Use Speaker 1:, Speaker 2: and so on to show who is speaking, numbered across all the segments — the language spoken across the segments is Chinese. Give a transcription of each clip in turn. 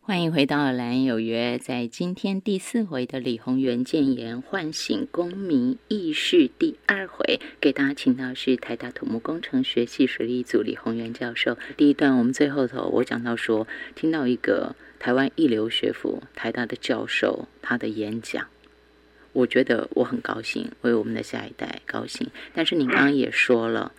Speaker 1: 欢迎回到《蓝有约》。在今天第四回的李宏源建言唤醒公民意识第二回，给大家请到是台大土木工程学系水利组李宏源教授。第一段我们最后头我讲到说，听到一个台湾一流学府台大的教授他的演讲，我觉得我很高兴，为我们的下一代高兴。但是您刚刚也说了，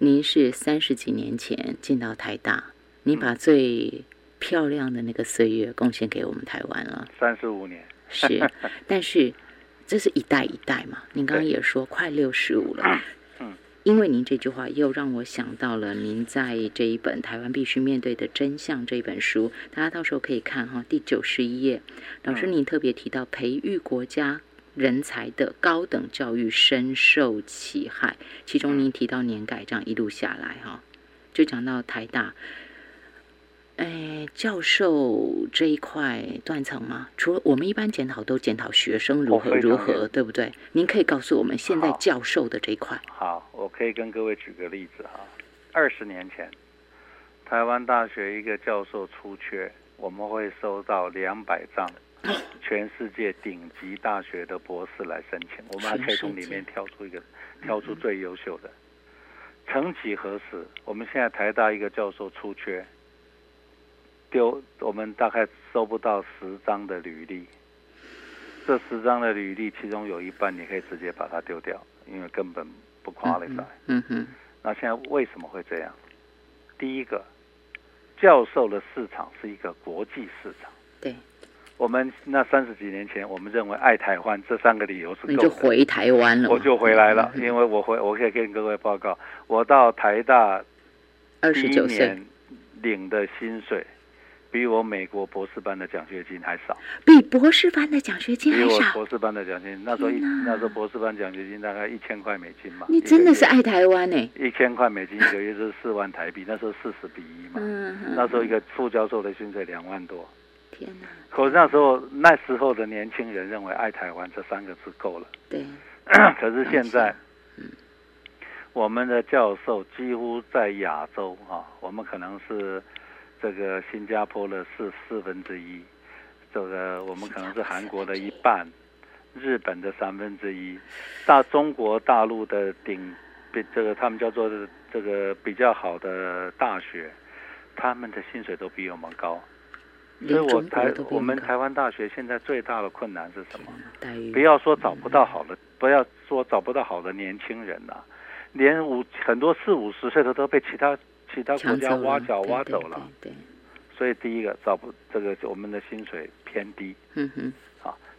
Speaker 1: 您是三十几年前进到台大，您把最漂亮的那个岁月贡献给我们台湾了，
Speaker 2: 三十五年，
Speaker 1: 是，但是这是一代一代嘛。您刚刚也说快六十五了，
Speaker 2: 嗯，
Speaker 1: 因为您这句话又让我想到了您在这一本《台湾必须面对的真相》这本书，大家到时候可以看哈，第九十一页，老师
Speaker 2: 嗯
Speaker 1: 您特别提到培育国家。人才的高等教育深受其害，其中
Speaker 2: 嗯
Speaker 1: 您提到年改这样一路下来哈，就讲到台大，哎，教授这一块断层吗？除了我们一般检讨都检讨学生如
Speaker 2: 哦
Speaker 1: 何
Speaker 2: 非常
Speaker 1: 如何，
Speaker 2: 严
Speaker 1: 对不对？您可以告诉我们现在
Speaker 2: 好
Speaker 1: 教授的这一块，
Speaker 2: 好，我可以跟各位举个例子哈。二十年前，台湾大学一个教授出缺，我们会收到两百张全世界顶级大学的博士来申请，我们还可以从里面挑出一个，挑出最优秀的。曾几何时，我们现在台大一个教授出缺，丢我们大概收不到十张的履历。这十张的履历，其中有一半你可以直接把它丢掉，因为根本不
Speaker 1: 嗯
Speaker 2: qualify
Speaker 1: 哼。，嗯哼，
Speaker 2: 那现在为什么会这样？第一个，教授的市场是一个国际市场。
Speaker 1: 对，
Speaker 2: 我们那三十几年前，我们认为爱台湾这三个理由是
Speaker 1: 你
Speaker 2: 够
Speaker 1: 就
Speaker 2: 的，
Speaker 1: 回台湾了嘛，
Speaker 2: 我就回来 了，
Speaker 1: 嗯
Speaker 2: 因为我回，我可以跟各位报告，我到台大
Speaker 1: 二
Speaker 2: 第
Speaker 1: 十
Speaker 2: 一
Speaker 1: 九岁
Speaker 2: 年领的薪水，比我美国博士班的奖学金还少。
Speaker 1: 比博士班的奖学金
Speaker 2: 比
Speaker 1: 还
Speaker 2: 我
Speaker 1: 少，
Speaker 2: 博士班的奖学金，那时候一
Speaker 1: 天哪
Speaker 2: 那时候博士班奖学金大概一千块美金嘛。
Speaker 1: 你真的是
Speaker 2: 一
Speaker 1: 爱台湾呢、
Speaker 2: 个月一千块美金，一个月就是四万台币，那时候四十比一嘛。
Speaker 1: 嗯，
Speaker 2: 那时候一
Speaker 1: 个
Speaker 2: 个副教授的薪水两万多，
Speaker 1: 天哪，
Speaker 2: 可是那时候那时候的年轻人认为爱台湾这三个字够了，
Speaker 1: 对，
Speaker 2: 可是现在
Speaker 1: 嗯，
Speaker 2: 我们的教授几乎在亚洲啊，我们可能是这个新加坡的四四分之一，这个我们可能是韩国的一半，日本的三分之一，大中国大陆的顶，比这个他们叫做这个比较好的大学，他们的薪水都比我们高，所以
Speaker 1: 连
Speaker 2: 我
Speaker 1: 中国
Speaker 2: 台
Speaker 1: 都比
Speaker 2: 我们
Speaker 1: 高
Speaker 2: 台湾大学现在最大的困难是什么？
Speaker 1: 待遇
Speaker 2: 不要说找不到好的，不要说找不到好的年轻人呐、连五很多四五十岁的都被其他其他国
Speaker 1: 抢
Speaker 2: 家
Speaker 1: 走
Speaker 2: 挖
Speaker 1: 了
Speaker 2: 角
Speaker 1: 对
Speaker 2: 挖
Speaker 1: 对
Speaker 2: 走
Speaker 1: 对
Speaker 2: 了。
Speaker 1: 对，
Speaker 2: 所以第一个找不这个我们的薪水偏低。
Speaker 1: 嗯哼，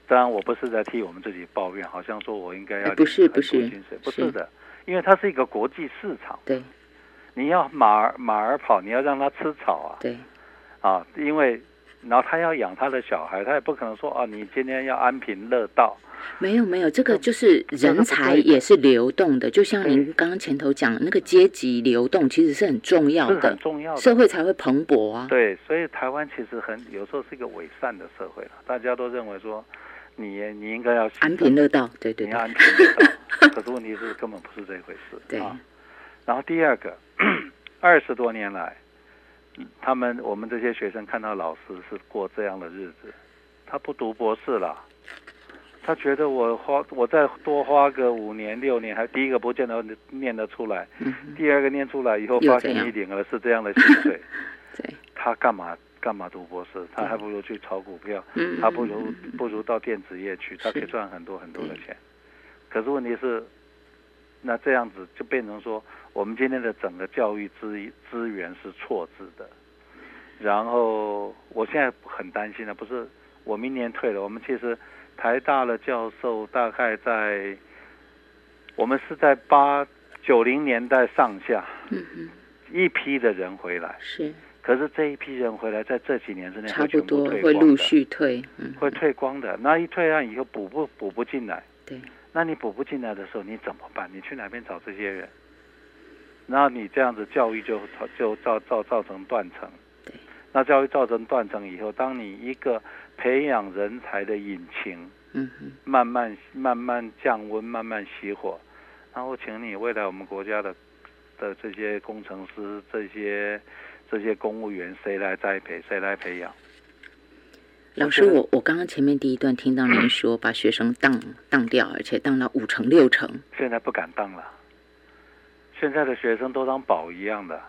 Speaker 2: 当然，我不是在替我们自己抱怨，好像说我应该要
Speaker 1: 哎不是
Speaker 2: 领很
Speaker 1: 不
Speaker 2: 多
Speaker 1: 是
Speaker 2: 薪水，不
Speaker 1: 是
Speaker 2: 是的，因为它是一个国际市场，
Speaker 1: 对
Speaker 2: 你要马儿马儿跑，你要让它吃草啊
Speaker 1: 对，
Speaker 2: 啊，因为然后他要养他的小孩，他也不可能说哦，你今天要安贫乐道，
Speaker 1: 没有没有，这个
Speaker 2: 那
Speaker 1: 就是
Speaker 2: 这个
Speaker 1: 人
Speaker 2: 不
Speaker 1: 才
Speaker 2: 对的
Speaker 1: 也是流动的，就像您
Speaker 2: 对
Speaker 1: 刚刚前头讲，那个阶级流动其实是很重要
Speaker 2: 这是
Speaker 1: 的
Speaker 2: 很，重要的。
Speaker 1: 社会才会蓬勃啊。
Speaker 2: 对，所以台湾其实很有时候是一个伪善的社会了，大家都认为说你你应该要牺牲
Speaker 1: 安贫乐道，对对
Speaker 2: 你要
Speaker 1: 对
Speaker 2: 安贫 乐道，可是问题是根本不是这回事。
Speaker 1: 对
Speaker 2: 啊。然后第二个，二十多年来，他们我们这些学生看到老师是过这样的日子，他不读博士了。他觉得我花我再多花个五年六年，还第一个不见得念得出来，
Speaker 1: 嗯哼，
Speaker 2: 第二个念出来以后，
Speaker 1: 又
Speaker 2: 发
Speaker 1: 这
Speaker 2: 现
Speaker 1: 样
Speaker 2: 你领了是这样的薪水，
Speaker 1: 对，
Speaker 2: 他干嘛干嘛读博士？他
Speaker 1: 对
Speaker 2: 还不如去炒股票，
Speaker 1: 嗯，
Speaker 2: 他不如不如到电子业去，他可以
Speaker 1: 是
Speaker 2: 赚很多很多的
Speaker 1: 对
Speaker 2: 钱。可是问题是，那这样子就变成说，我们今天的整个教育资资源是错置的。然后我现在很担心的，不是我明年退了，我们其实台大的教授大概在，我们是在八九零年代上下
Speaker 1: 嗯哼，
Speaker 2: 一批的人回来。
Speaker 1: 是
Speaker 2: 可是这一批人回来，在这几年之内
Speaker 1: 差
Speaker 2: 会
Speaker 1: 不
Speaker 2: 全部
Speaker 1: 多
Speaker 2: 退
Speaker 1: 会
Speaker 2: 光
Speaker 1: 陆
Speaker 2: 的
Speaker 1: 续退，嗯，
Speaker 2: 会退光的。那一退案以后补不补不进来，
Speaker 1: 对，
Speaker 2: 那你补不进来的时候你怎么办？你去哪边找这些人？然后你这样子教育就就造造造成断层
Speaker 1: 对。
Speaker 2: 那教育造成断层以后，当你一个培养人才的引擎
Speaker 1: 嗯哼，
Speaker 2: 慢慢慢慢降温、慢慢熄火，然后请你未来我们国家的的这些工程师、这些这些公务员，谁来栽培，谁来培养？
Speaker 1: 老师，我我刚刚前面第一段听到您说把学生当当掉，而且当到五成六成，
Speaker 2: 现在不敢当了，现在的学生都当宝一样的。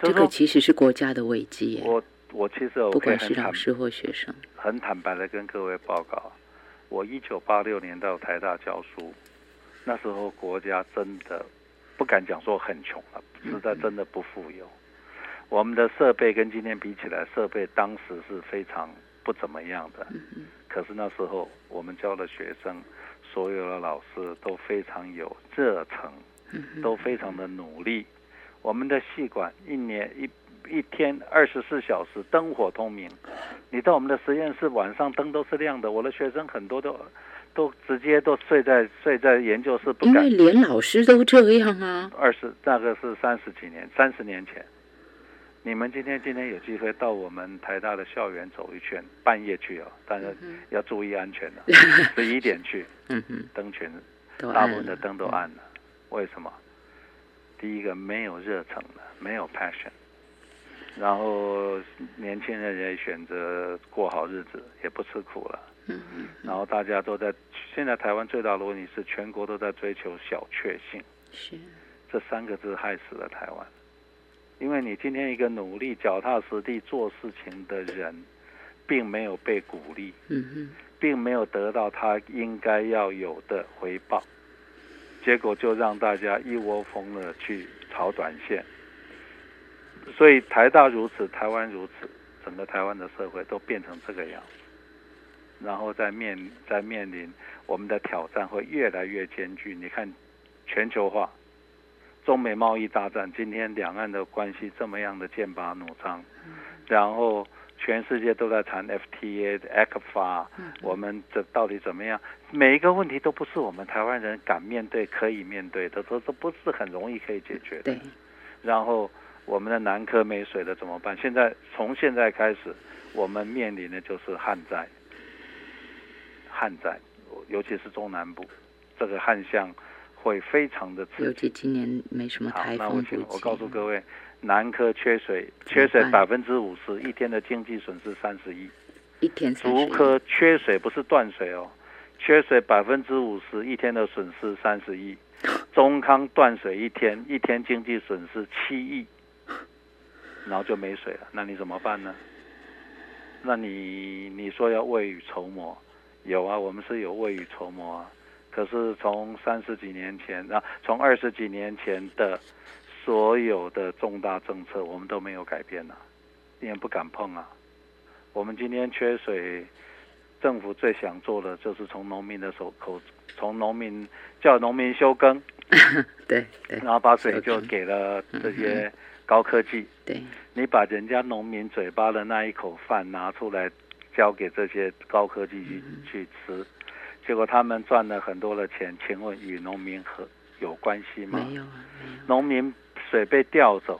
Speaker 1: 这
Speaker 2: 就是
Speaker 1: 个其实是国家的危机耶。
Speaker 2: 我我其实我
Speaker 1: 不
Speaker 2: 可以
Speaker 1: 管
Speaker 2: 很
Speaker 1: 是
Speaker 2: 坦
Speaker 1: 老师或学生，
Speaker 2: 很坦白的跟各位报告，我一九八六年到台大教书，那时候国家真的不敢讲说很穷了，实在真的不富有。我们的设备跟今天比起来，设备当时是非常不怎么样的，
Speaker 1: 嗯
Speaker 2: 可是那时候我们教的学生，所有的老师都非常有热忱，嗯
Speaker 1: 嗯
Speaker 2: 都非常的努力。我们的戏馆一年一一天二十四小时灯火通明，你到我们的实验室晚上灯都是亮的。我的学生很多都都直接都睡在睡在研究室，不
Speaker 1: 因为
Speaker 2: 敢。
Speaker 1: 连老师都这样啊。
Speaker 2: 二十大概是三十几年，三十年前。你们今天今天有机会到我们台大的校园走一圈，半夜去哦，但是要注意 安全了、十一点去，
Speaker 1: 嗯哼，
Speaker 2: 灯全
Speaker 1: 都
Speaker 2: 大
Speaker 1: 暗
Speaker 2: 部分的
Speaker 1: 了。
Speaker 2: 灯都暗了。为什么？第一个没有热忱了，没有 passion，然后年轻人也选择过好日子，也不吃苦了。
Speaker 1: 嗯哼，
Speaker 2: 然后大家都在，现在台湾最大的问题是全国都在追求小确幸，
Speaker 1: 是
Speaker 2: 这三个字害死了台湾。因为你今天一个努力、脚踏实地做事情的人，并没有被鼓励，
Speaker 1: 嗯
Speaker 2: 并没有得到他应该要有的回报，结果就让大家一窝蜂的去炒短线。所以台大如此，台湾如此，整个台湾的社会都变成这个样子，然后再面再面临我们的挑战会越来越艰巨。你看，全球化，中美贸易大战，今天两岸的关系这么样的剑拔弩张，然后全世界都在谈 FTA、ECFA，
Speaker 1: 哼，
Speaker 2: 我们这到底怎么样？每一个问题都不是我们台湾人敢面对、可以面对的，都都不是很容易可以解决的。
Speaker 1: 对，
Speaker 2: 然后我们的南科没水了怎么办？现在从现在开始，我们面临的就是旱灾，旱灾，尤其是中南部，这个旱象会非常的
Speaker 1: 尤
Speaker 2: 刺激。
Speaker 1: 其今年没什么
Speaker 2: 好，
Speaker 1: 台
Speaker 2: 那我
Speaker 1: 风
Speaker 2: 请
Speaker 1: 补
Speaker 2: 我告诉
Speaker 1: 给，
Speaker 2: 各位，南科缺水，缺水
Speaker 1: 怎么
Speaker 2: 百
Speaker 1: 办
Speaker 2: 分之五十，一天的经济损失三十亿。
Speaker 1: 一天三十
Speaker 2: 竹科缺水不是断水哦，缺水百分之五十，一天的损失三十亿；中康断水一天，一天经济损失七亿，然后就没水了，那你怎么办呢？那你你说要未雨绸缪，有啊，我们是有未雨绸缪啊。可是从三十几年前，啊，从二十几年前的所有的重大政策，我们都没有改变呐、啊你也不敢碰啊。我们今天缺水，政府最想做的就是从农民的手口，从农民叫农民休耕，
Speaker 1: 对对
Speaker 2: 然后把水就
Speaker 1: 休耕
Speaker 2: 给了这
Speaker 1: 嗯
Speaker 2: 些高科技。
Speaker 1: 对，
Speaker 2: 你把人家农民嘴巴的那一口饭拿出来交给这些高科技
Speaker 1: 嗯
Speaker 2: 去去吃，结果他们赚了很多的钱，请问与农民和有关系吗？
Speaker 1: 没有啊，没有，
Speaker 2: 农民水被调走，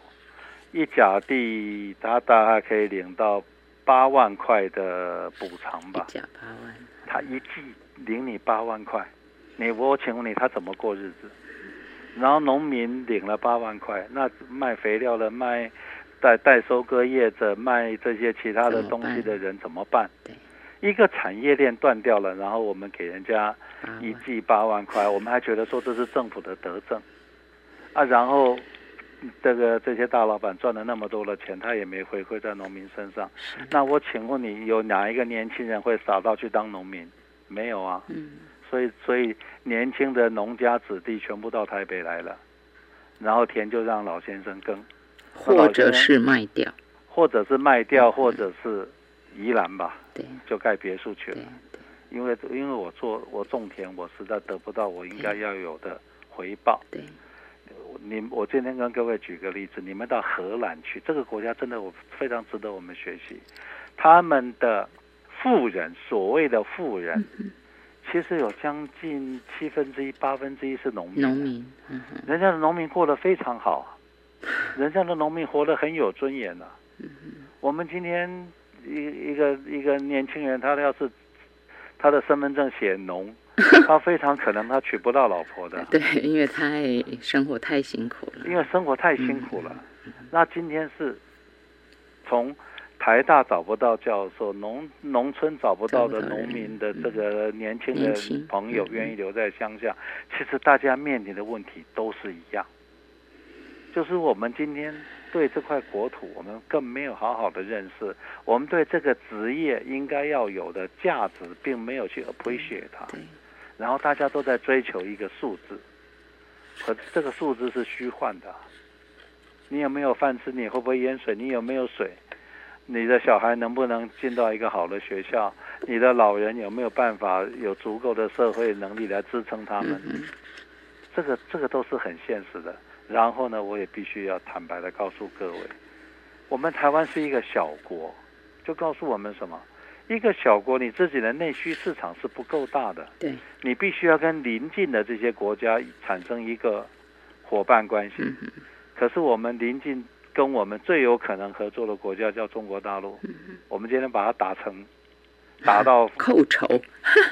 Speaker 2: 一甲地他大概可以领到八万块的补偿吧
Speaker 1: 一，甲八万，
Speaker 2: 他一季领你八万块，你我请问你他怎么过日子？然后农民领了八万块，那卖肥料的、卖代代收割业者、卖这些其他的东西的人怎么办？
Speaker 1: 对
Speaker 2: 一个产业链断掉了，然后我们给人家
Speaker 1: 八
Speaker 2: 一
Speaker 1: 万，
Speaker 2: 季八万块，我们还觉得说这是政府的德政啊，然后这个这些大老板赚了那么多的钱，他也没回馈在农民身上。那我请问你，有哪一个年轻人会傻到去当农民？没有啊，
Speaker 1: 嗯，
Speaker 2: 所以所以年轻的农家子弟全部到台北来了，然后田就让老先生耕，
Speaker 1: 或者是卖掉，
Speaker 2: 或者是卖掉，或者是宜兰吧，
Speaker 1: 对
Speaker 2: 就盖别墅去了
Speaker 1: 对。
Speaker 2: 因为因为我做我种田，我实在得不到我应该要有的回报。
Speaker 1: 对，
Speaker 2: 你我今天跟各位举个例子，你们到荷兰去，这个国家真的我非常值得我们学习。他们的富人，所谓的富人，
Speaker 1: 嗯
Speaker 2: 其实有将近七分之一、八分之一是农民。
Speaker 1: 农民，嗯哼，
Speaker 2: 人家的农民过得非常好啊，人家的农民活得很有尊严呐、啊
Speaker 1: 嗯
Speaker 2: 我们今天一一个一个年轻人，他要是他的身份证 写农，他非常可能他娶不到老婆的，
Speaker 1: 对，因为太生活太辛苦了，嗯
Speaker 2: 嗯因为生活太辛苦了。那今天是从台大找不到教授，农农村找不到的
Speaker 1: 找不到人嗯
Speaker 2: 农民的这个年轻
Speaker 1: 年
Speaker 2: 的
Speaker 1: 轻
Speaker 2: 朋友
Speaker 1: 嗯
Speaker 2: 愿意留在乡下，其实大家面临的问题都是一样，就是我们今天对这块国土，我们更没有好好的认识，我们对这个职业应该要有的价值，并没有去
Speaker 1: 嗯
Speaker 2: appreciate 它，
Speaker 1: 对，
Speaker 2: 然后大家都在追求一个数字，可是这个数字是虚幻的啊。你有没有饭吃？你会不会淹水？你有没有水？你的小孩能不能进到一个好的学校？你的老人有没有办法有足够的社会能力来支撑他们
Speaker 1: 嗯？嗯，
Speaker 2: 这个这个都是很现实的。然后呢，我也必须要坦白的告诉各位，我们台湾是一个小国，就告诉我们什么？一个小国，你自己的内需市场是不够大的，
Speaker 1: 对，
Speaker 2: 你必须要跟邻近的这些国家产生一个伙伴关系。
Speaker 1: 嗯嗯
Speaker 2: 可是我们邻近跟我们最有可能合作的国家叫中国大陆，我们今天把它打成打到
Speaker 1: 寇仇，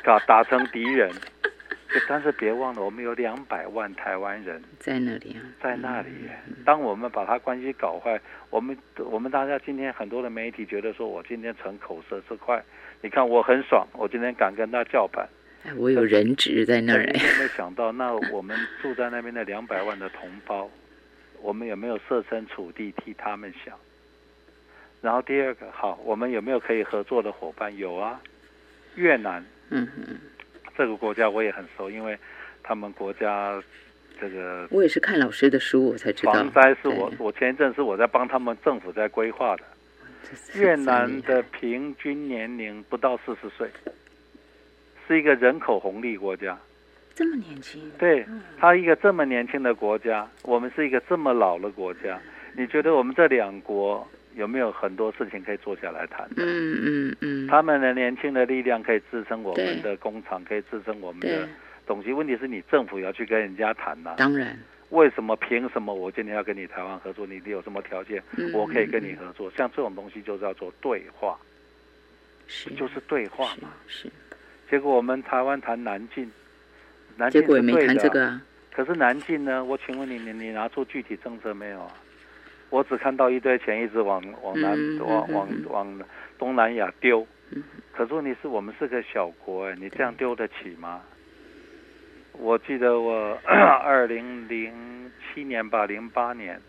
Speaker 2: 打打成敌人。就但是别忘了，我们有两百万台湾人
Speaker 1: 在那里啊，
Speaker 2: 在那里耶。当我们把他关系搞坏，我们我们大家今天很多的媒体觉得说，我今天逞口舌之快，你看我很爽，我今天敢跟他叫板。
Speaker 1: 哎，我有人质在那
Speaker 2: 那
Speaker 1: 儿
Speaker 2: 你
Speaker 1: 哎，
Speaker 2: 有没有想到，那我们住在那边的两百万的同胞，我们有没有设身处地替他们想？然后第二个，好，我们有没有可以合作的伙伴？有啊，越南
Speaker 1: 嗯嗯，
Speaker 2: 这个国家我也很熟，因为他们国家这个
Speaker 1: 我也是看老师的书我才知道
Speaker 2: 防，灾是
Speaker 1: 对
Speaker 2: 我我前一阵是我在帮他们政府在规划的。
Speaker 1: 这是
Speaker 2: 越
Speaker 1: 很
Speaker 2: 南
Speaker 1: 厉
Speaker 2: 的
Speaker 1: 害
Speaker 2: 平均年龄不到四十岁，是一个人口红利国家。
Speaker 1: 这么年轻，
Speaker 2: 对
Speaker 1: 嗯
Speaker 2: 他一个这么年轻的国家，我们是一个这么老的国家，你觉得我们这两国有没有很多事情可以坐下来谈？
Speaker 1: 嗯嗯嗯，
Speaker 2: 他们的年轻的力量可以支撑我
Speaker 1: 对
Speaker 2: 们的工厂，可以支撑我们
Speaker 1: 对
Speaker 2: 的，东西。问题是你政府要去跟人家谈呐、
Speaker 1: 当然，
Speaker 2: 为什么？凭什么我今天要跟你台湾合作？你有什么条件
Speaker 1: 嗯，
Speaker 2: 我可以跟
Speaker 1: 嗯
Speaker 2: 你
Speaker 1: 嗯
Speaker 2: 合作？像这种东西就叫做对话，
Speaker 1: 嗯是
Speaker 2: 就是对话嘛。
Speaker 1: 是，
Speaker 2: 结果我们台湾谈南进，南
Speaker 1: 是
Speaker 2: 进
Speaker 1: 结
Speaker 2: 是
Speaker 1: 果也没
Speaker 2: 对
Speaker 1: 谈
Speaker 2: 的
Speaker 1: 这个啊，
Speaker 2: 可是南进呢？我请问你，你你拿出具体政策没有啊？我只看到一堆钱一直往往南、
Speaker 1: 嗯嗯
Speaker 2: 往
Speaker 1: 嗯
Speaker 2: 往
Speaker 1: 嗯
Speaker 2: 往东南亚丢
Speaker 1: 嗯。
Speaker 2: 可是问题是我们是个小国哎、你这样丢得起吗？我记得我 二零零七年吧，零八年，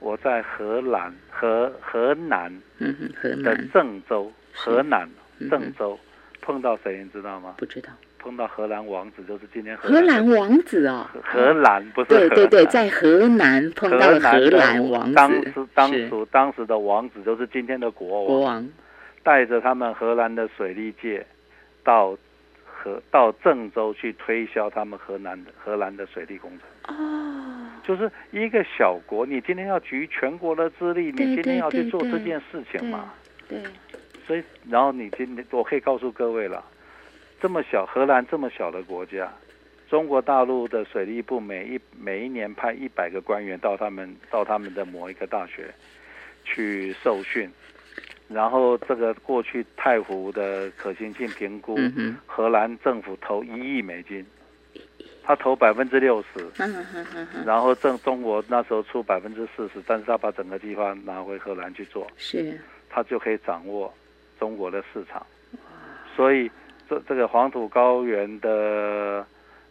Speaker 2: 我在荷兰河河南
Speaker 1: 嗯哼，河
Speaker 2: 的
Speaker 1: 南
Speaker 2: 郑州，
Speaker 1: 是
Speaker 2: 河南
Speaker 1: 嗯
Speaker 2: 郑
Speaker 1: 哼
Speaker 2: 州碰到谁，你知道吗？
Speaker 1: 不知道，
Speaker 2: 碰到荷兰王子，就是今天
Speaker 1: 荷兰
Speaker 2: 兰
Speaker 1: 王子哦，
Speaker 2: 荷荷兰不是
Speaker 1: 对对
Speaker 2: 荷
Speaker 1: 对，
Speaker 2: 兰
Speaker 1: 在河南碰到了荷
Speaker 2: 南的
Speaker 1: 兰王
Speaker 2: 当
Speaker 1: 子
Speaker 2: 时，当
Speaker 1: 是
Speaker 2: 时当时的王子就是今天的国
Speaker 1: 国
Speaker 2: 王，
Speaker 1: 王，
Speaker 2: 带着他们荷兰的水利界到河到郑州去推销他们荷兰的荷兰的水利工程。
Speaker 1: 哦，
Speaker 2: 就是一个小国，你今天要举全国的之力，
Speaker 1: 对
Speaker 2: 你今天要去做
Speaker 1: 对对
Speaker 2: 这件事情嘛。
Speaker 1: 对，
Speaker 2: 所以，然后你今天我可以告诉各位了，这么小荷兰这么小的国家，中国大陆的水利部每一每一年派一百个官员到他们到他们的某一个大学去受训，然后这个过去太湖的可行性评估，
Speaker 1: 嗯哼，
Speaker 2: 荷兰政府投一亿美金，他投百分之六十。
Speaker 1: 嗯哼哼哼，
Speaker 2: 然后正中国那时候出百分之四十，但是他把整个计划拿回荷兰去做，
Speaker 1: 是，
Speaker 2: 他就可以掌握中国的市场。所以这这个黄土高原的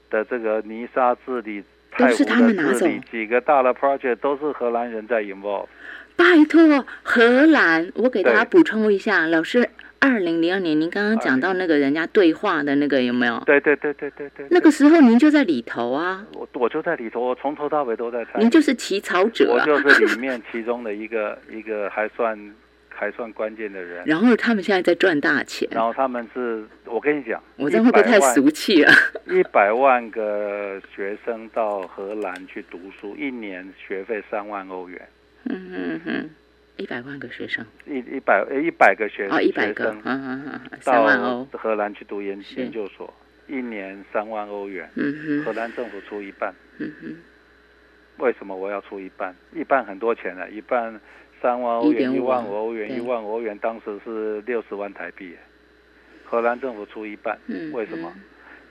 Speaker 2: 的这个泥沙治理、
Speaker 1: 都
Speaker 2: 太
Speaker 1: 是
Speaker 2: 湖
Speaker 1: 他们拿
Speaker 2: 的治理
Speaker 1: 走，
Speaker 2: 几个大的 project 都是荷兰人在 involve。
Speaker 1: 拜托，荷兰，我给大家
Speaker 2: 对
Speaker 1: 补充一下，老师，二零零二年您刚刚讲到那个人家对话的那个有没有？
Speaker 2: 对对对对对对。对
Speaker 1: 那个时候您就在里头啊，
Speaker 2: 我我就在里头，我从头到尾都在参与
Speaker 1: 您。就是起草者
Speaker 2: 我
Speaker 1: 啊。
Speaker 2: 就是里面其中的一个一个还算还算关键的人。
Speaker 1: 然后他们现在在赚大钱，
Speaker 2: 然后他们是，我跟你讲，
Speaker 1: 我这样会不会太俗气了？啊
Speaker 2: 一百万个学生到荷兰去读书，一年学费三万欧元。
Speaker 1: 嗯嗯嗯，一百万个学生，
Speaker 2: 一一百一百个学
Speaker 1: 哦，一百
Speaker 2: 学
Speaker 1: 个
Speaker 2: 生，
Speaker 1: 嗯嗯嗯，三万
Speaker 2: 到
Speaker 1: 欧，
Speaker 2: 荷兰去读研
Speaker 1: 是
Speaker 2: 研究所，一年三万欧元，
Speaker 1: 嗯
Speaker 2: 荷
Speaker 1: 哼，
Speaker 2: 兰政府出一半。
Speaker 1: 嗯哼，
Speaker 2: 为什么我要出一半？一半很多钱了、一半三万欧元、
Speaker 1: 1.5
Speaker 2: 一万五欧元、
Speaker 1: 对
Speaker 2: 一万欧元，当时是六十万台币。荷兰政府出一半，
Speaker 1: 嗯，
Speaker 2: 为什么？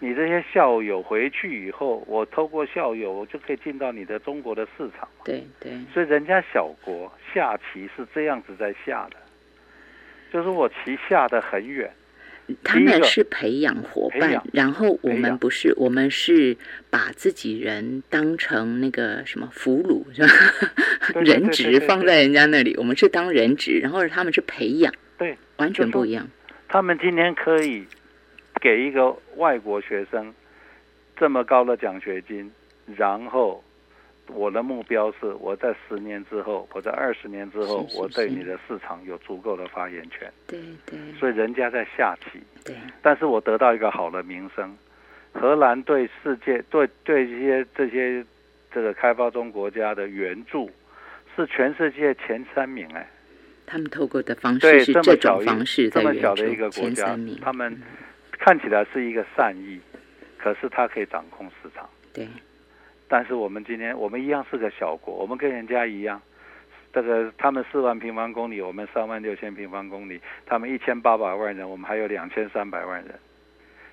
Speaker 2: 你这些校友回去以后，我透过校友，我就可以进到你的中国的市场。
Speaker 1: 对对，
Speaker 2: 所以人家小国下棋是这样子在下的，就是我旗下的很远，
Speaker 1: 他
Speaker 2: 第一
Speaker 1: 们
Speaker 2: 个
Speaker 1: 是培养伙
Speaker 2: 培
Speaker 1: 伴
Speaker 2: 养，
Speaker 1: 然后我
Speaker 2: 培
Speaker 1: 们
Speaker 2: 养
Speaker 1: 不是，我们是把自己人当成那个什么俘虏，是吧？
Speaker 2: 对对对
Speaker 1: 人
Speaker 2: 对
Speaker 1: 质
Speaker 2: 对对
Speaker 1: 放在人家那里，我们是当人质，然后他们是培养，
Speaker 2: 对，
Speaker 1: 完全
Speaker 2: 就
Speaker 1: 不
Speaker 2: 说
Speaker 1: 一样。
Speaker 2: 他们今天可以给一个外国学生这么高的奖学金，然后我的目标是我在十年之后，我在二十年之后
Speaker 1: 是，是
Speaker 2: 我对
Speaker 1: 是
Speaker 2: 你的市场有足够的发言权，
Speaker 1: 对对
Speaker 2: 所以人家在下棋，
Speaker 1: 对，
Speaker 2: 但是我得到一个好的名声。荷兰对世界对对这些这些这个开发中国家的援助是全世界前三名哎。
Speaker 1: 他们透过的方式
Speaker 2: 对
Speaker 1: 是
Speaker 2: 这么
Speaker 1: 这
Speaker 2: 小
Speaker 1: 种
Speaker 2: 一
Speaker 1: 方式
Speaker 2: 这
Speaker 1: 在
Speaker 2: 么
Speaker 1: 援
Speaker 2: 小的一
Speaker 1: 助
Speaker 2: 个国
Speaker 1: 前
Speaker 2: 家
Speaker 1: 三名，，
Speaker 2: 他们看起来是一个善意，可是它可以掌控市场。
Speaker 1: 对
Speaker 2: 但是我们今天，我们一样是个小国，我们跟人家一样，这个他们四万平方公里，我们三万六千平方公里，他们一千八百万人，我们还有两千三百万人。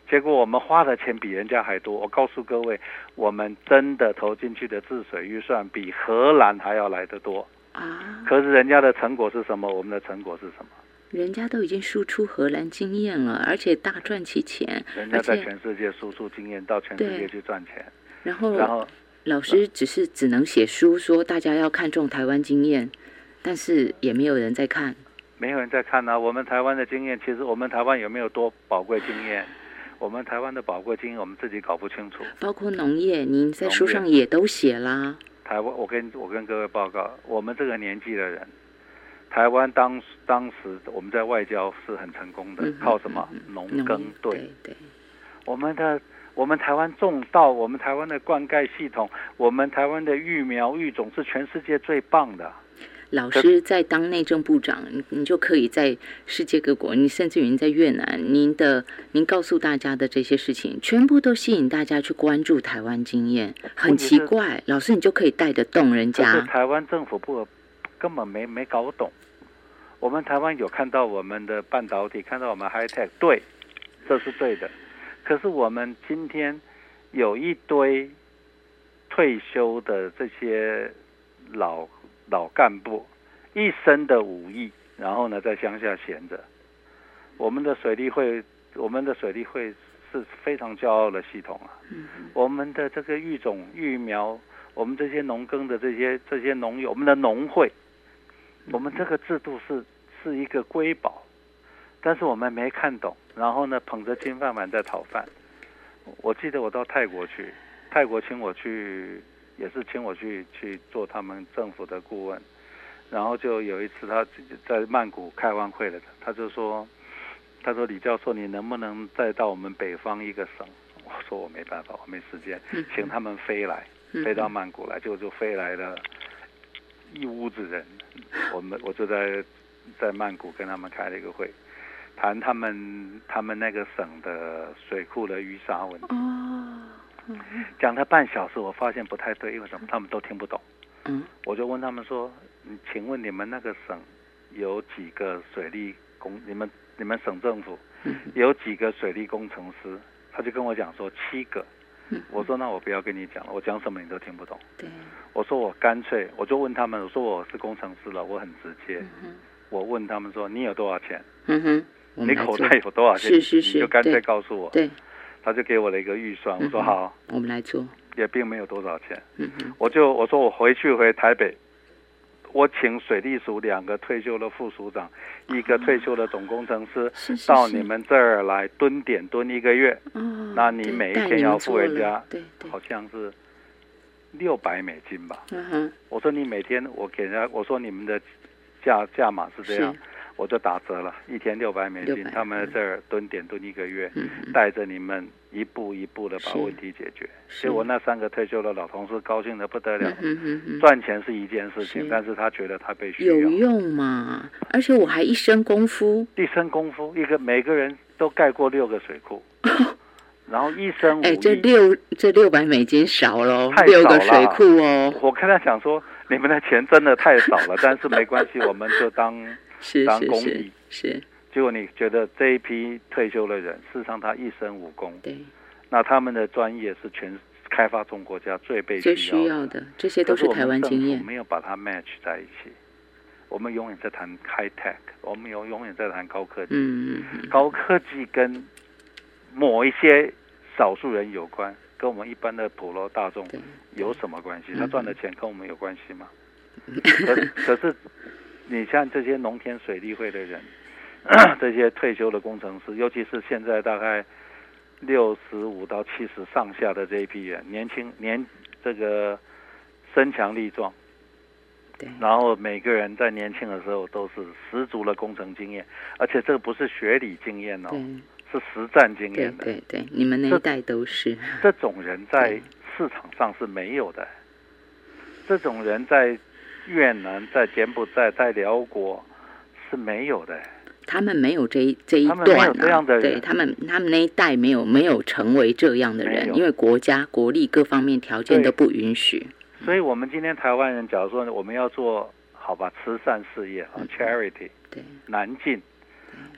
Speaker 2: 结果我们花的钱比人家还多。我告诉各位，我们真的投进去的治水预算比荷兰还要来得多。
Speaker 1: 啊，
Speaker 2: 可是人家的成果是什么？我们的成果是什么？
Speaker 1: 人家都已经输出荷兰经验了，而且大赚其钱，
Speaker 2: 人家
Speaker 1: 而
Speaker 2: 在
Speaker 1: 且
Speaker 2: 全世界输出经验，到全世
Speaker 1: 对嗯
Speaker 2: 界去赚钱，
Speaker 1: 然后
Speaker 2: 然后嗯
Speaker 1: 老师只是只能写书说大家要看重台湾经验，但是也没有人在看。
Speaker 2: 没有人在看呢、啊我们台湾的经验，其实我们台湾有没有多宝贵经验？我们台湾的宝贵经验，我们自己搞不清楚。
Speaker 1: 包括农业，您在
Speaker 2: 农
Speaker 1: 书
Speaker 2: 业
Speaker 1: 上也都写啦。
Speaker 2: 台湾，我跟我跟各位报告，我们这个年纪的人，台湾当当时我们在外交是很成功的
Speaker 1: 嗯，
Speaker 2: 靠什么
Speaker 1: 嗯
Speaker 2: 农
Speaker 1: 农
Speaker 2: 耕
Speaker 1: 业？
Speaker 2: 队？
Speaker 1: 对对
Speaker 2: 我们的我们台湾种稻，我们台湾的灌溉系统，我们台湾的育苗育种是全世界最棒的。
Speaker 1: 老
Speaker 2: 这
Speaker 1: 师在当内政部长，你你就可以在世界各国，你甚至于在越南，您的您告诉大家的这些事情，全部都吸引大家去关注台湾经验，很
Speaker 2: 问题
Speaker 1: 奇
Speaker 2: 是
Speaker 1: 怪。老师，你就可以带得动人
Speaker 2: 可是
Speaker 1: 家。
Speaker 2: 台湾政府不根本没没搞懂。我们台湾有看到我们的半导体，看到我们 high tech，对，这是对的。可是我们今天有一堆退休的这些老老干部，一身的武艺，然后呢在乡下闲着。我们的水利会，我们的水利会是非常骄傲的系统啊。
Speaker 1: 嗯
Speaker 2: 我们的这个育种、育苗，我们这些农耕的这些这些农友，我们的农会，我们这个制度是是一个瑰宝，但是我们没看懂，然后呢，捧着金饭碗在讨饭。我记得我到泰国去，泰国请我去，也是请我去去做他们政府的顾问，然后就有一次他在曼谷开完会了，他就说，他说李教授，你能不能再到我们北方一个省？我说我没办法，我没时间，
Speaker 1: 嗯
Speaker 2: 请他们飞来，
Speaker 1: 嗯
Speaker 2: 飞到曼谷来，就就飞来了一屋子人，我们我就在在曼谷跟他们开了一个会，谈他们他们那个省的水库的鱼沙问题。
Speaker 1: 哦，
Speaker 2: 讲了半小时，我发现不太对，因为什么？他们都听不懂。
Speaker 1: 嗯，
Speaker 2: 我就问他们说：“嗯请问你们那个省有几个水利工？你们你们省政府
Speaker 1: 嗯
Speaker 2: 有几个水利工程师？”他就跟我讲说七个。
Speaker 1: 嗯
Speaker 2: 我说：“那我不要跟你讲了，我讲什么你都听不懂。
Speaker 1: 对，”
Speaker 2: 我说：“我干脆我就问他们，我说我是工程师了，我很直接。
Speaker 1: 嗯哼
Speaker 2: 我问他们说：你有多少钱？
Speaker 1: 嗯哼，我
Speaker 2: 你
Speaker 1: 们来
Speaker 2: 口
Speaker 1: 做
Speaker 2: 袋有多啊少
Speaker 1: 是
Speaker 2: 钱？
Speaker 1: 是
Speaker 2: 你
Speaker 1: 是
Speaker 2: 就干脆
Speaker 1: 对
Speaker 2: 告诉我。
Speaker 1: 对，”
Speaker 2: 他就给我了一个预算，我说：“
Speaker 1: 嗯哼
Speaker 2: 好，
Speaker 1: 我们来做。
Speaker 2: 也并没有多少钱。”
Speaker 1: 嗯哼，
Speaker 2: 我就我说我回去回台北，我请水利署两个退休的副署长，一个退休的总工程师
Speaker 1: 啊是是
Speaker 2: 到
Speaker 1: 是
Speaker 2: 你们这儿来蹲点蹲一个月，
Speaker 1: 哦，
Speaker 2: 那你
Speaker 1: 对
Speaker 2: 每一
Speaker 1: 带
Speaker 2: 天
Speaker 1: 你
Speaker 2: 要
Speaker 1: 们
Speaker 2: 付
Speaker 1: 做
Speaker 2: 人
Speaker 1: 了
Speaker 2: 家
Speaker 1: 对对，
Speaker 2: 好像是六百美金吧。
Speaker 1: 嗯哼，
Speaker 2: 我说你每天我给人家我说你们的价价码是这样
Speaker 1: 是，
Speaker 2: 我就打折了，一天六百美金，
Speaker 1: 600
Speaker 2: 他们
Speaker 1: 嗯
Speaker 2: 在这儿蹲点蹲一个月，
Speaker 1: 嗯哼，
Speaker 2: 带着你们一步一步的把
Speaker 1: 是
Speaker 2: 问题解决。
Speaker 1: 是
Speaker 2: 结果那三个退休的老同事高兴的不得了
Speaker 1: 嗯，哼嗯哼
Speaker 2: 赚钱是一件事情，
Speaker 1: 是
Speaker 2: 但是他觉得他被需
Speaker 1: 有
Speaker 2: 要，
Speaker 1: 用嘛？而且我还一身功夫，
Speaker 2: 一身功夫，一个每个人都盖过六个水 库，然后一身武
Speaker 1: 哎，这
Speaker 2: 艺。
Speaker 1: 六这六百美金少喽，
Speaker 2: 太
Speaker 1: 六
Speaker 2: 少
Speaker 1: 个
Speaker 2: 了
Speaker 1: 水库哦，
Speaker 2: 我跟他讲说，你们的钱真的太少了， 但是没关系，我们就当。
Speaker 1: 是
Speaker 2: 当
Speaker 1: 是
Speaker 2: 公
Speaker 1: 是
Speaker 2: 益
Speaker 1: 是，
Speaker 2: 结果你觉得这一批退休的人，事实上他一身武功，
Speaker 1: 对，
Speaker 2: 那他们的专业是全开发中国家最被
Speaker 1: 最
Speaker 2: 需
Speaker 1: 需
Speaker 2: 要的，
Speaker 1: 要的这些都
Speaker 2: 可是我们
Speaker 1: 台湾
Speaker 2: 政府
Speaker 1: 经验，
Speaker 2: 没有把它 match 在一起。我们永远在谈 high tech，我们永永远在谈高科技。
Speaker 1: 嗯嗯
Speaker 2: 高科技跟某一些少数人有关，跟我们一般的普罗大众
Speaker 1: 对
Speaker 2: 有什么关系？
Speaker 1: 嗯
Speaker 2: 他赚的钱跟我们有关系吗？可可是，你像这些农田水利会的人， 这些退休的工程师，尤其是现在大概六十五到七十上下的这一批人，年轻年这个身强力壮，
Speaker 1: 对，
Speaker 2: 然后每个人在年轻的时候都是十足的工程经验，而且这个不是学理经验哦，
Speaker 1: 对
Speaker 2: 是实战经
Speaker 1: 对
Speaker 2: 验的。
Speaker 1: 对对，你们那一
Speaker 2: 这
Speaker 1: 代都是，
Speaker 2: 这种人在
Speaker 1: 对
Speaker 2: 市场上是没有的，这种人在越南、在柬埔寨、在辽国是没有的。
Speaker 1: 嗯他们没有这一这一
Speaker 2: 他们
Speaker 1: 段、啊，
Speaker 2: 没有这样的人
Speaker 1: 对他们他们那一代没有没有成为这样的
Speaker 2: 没
Speaker 1: 人，
Speaker 2: 有
Speaker 1: 因为国家国力各方面条件
Speaker 2: 对
Speaker 1: 都不允许。
Speaker 2: 所以，我们今天台湾人，假如说我们要做好吧，慈善事业啊
Speaker 1: 嗯
Speaker 2: ，charity
Speaker 1: 对，
Speaker 2: 南进，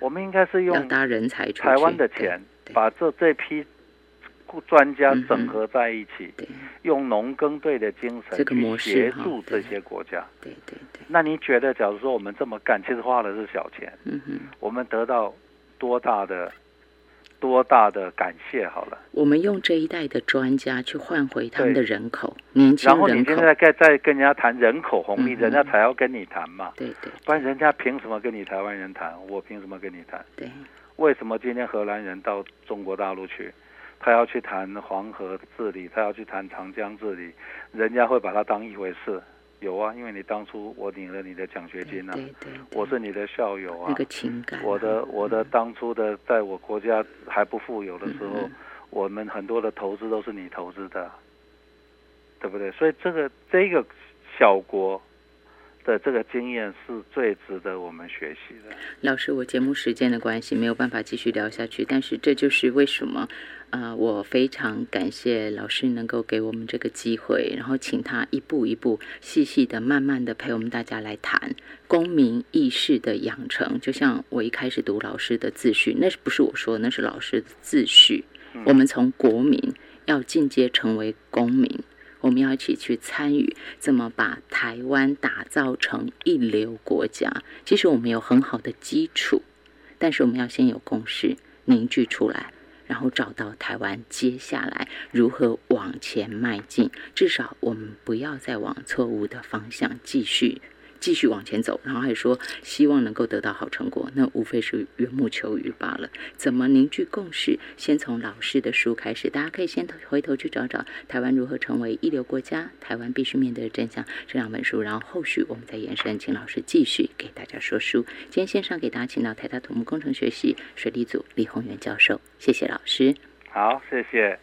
Speaker 2: 我们应该是
Speaker 1: 要
Speaker 2: 用
Speaker 1: 搭人才出去。
Speaker 2: 台湾的钱
Speaker 1: 对，对
Speaker 2: 把这这批专家
Speaker 1: 嗯哼
Speaker 2: 整合在一起，
Speaker 1: 对
Speaker 2: 用农耕队的精
Speaker 1: 嗯这
Speaker 2: 神
Speaker 1: 个模
Speaker 2: 去
Speaker 1: 式
Speaker 2: 协
Speaker 1: 哈
Speaker 2: 助这
Speaker 1: 对
Speaker 2: 些国家。
Speaker 1: 对对对，
Speaker 2: 那你觉得，假如说我们这么干，其实花的是小钱，
Speaker 1: 嗯哼，
Speaker 2: 我们得到多大的多大的感谢？好了，
Speaker 1: 我们用这一代的专家去换回他们的
Speaker 2: 对
Speaker 1: 人口，年轻
Speaker 2: 然后你
Speaker 1: 人
Speaker 2: 现
Speaker 1: 口。
Speaker 2: 在在在跟人家谈人口红利，
Speaker 1: 嗯哼
Speaker 2: 人家才要跟你谈嘛，
Speaker 1: 对对
Speaker 2: 不然人家凭什么跟你台湾人谈？我凭什么跟你谈？
Speaker 1: 对
Speaker 2: 为什么今天荷兰人到中国大陆去，他要去谈黄河治理，他要去谈长江治理，人家会把它当一回事？有啊，因为你当初我领了你的奖学
Speaker 1: 对
Speaker 2: 金啊，
Speaker 1: 对对，
Speaker 2: 我是你的校友啊，
Speaker 1: 那个情感啊，
Speaker 2: 我的我的当初的，在我国家还不富有的时候，
Speaker 1: 嗯嗯
Speaker 2: 我们很多的投资都是你投资的，对不对？所以这个这个小国的这个经验是最值得我们学习的。
Speaker 1: 老师，我节目时间的关系没有办法继续聊下去，但是这就是为什么，呃，我非常感谢老师能够给我们这个机会，然后请他一步一步、细细的、慢慢的陪我们大家来谈公民意识的养成。就像我一开始读老师的自序，那是不是我说的，那是老师的自序。
Speaker 2: 嗯
Speaker 1: 我们从国民要进阶成为公民，我们要一起去参与怎么把台湾打造成一流国家。其实我们有很好的基础，但是我们要先有共识，凝聚出来，然后找到台湾接下来如何往前迈进。至少我们不要再往错误的方向继续。继续往前走，然后还说希望能够得到好成果，那无非是缘木求鱼罢了。怎么凝聚共识？先从老师的书开始，大家可以先回头去找找台湾如何成为一流国家，台湾必须面对的真相这两本书，然后后续我们再延伸，请老师继续给大家说书。今天线上给大家请到台大土木工程学系水利组李宏源教授，谢谢老师。
Speaker 2: 好，谢谢。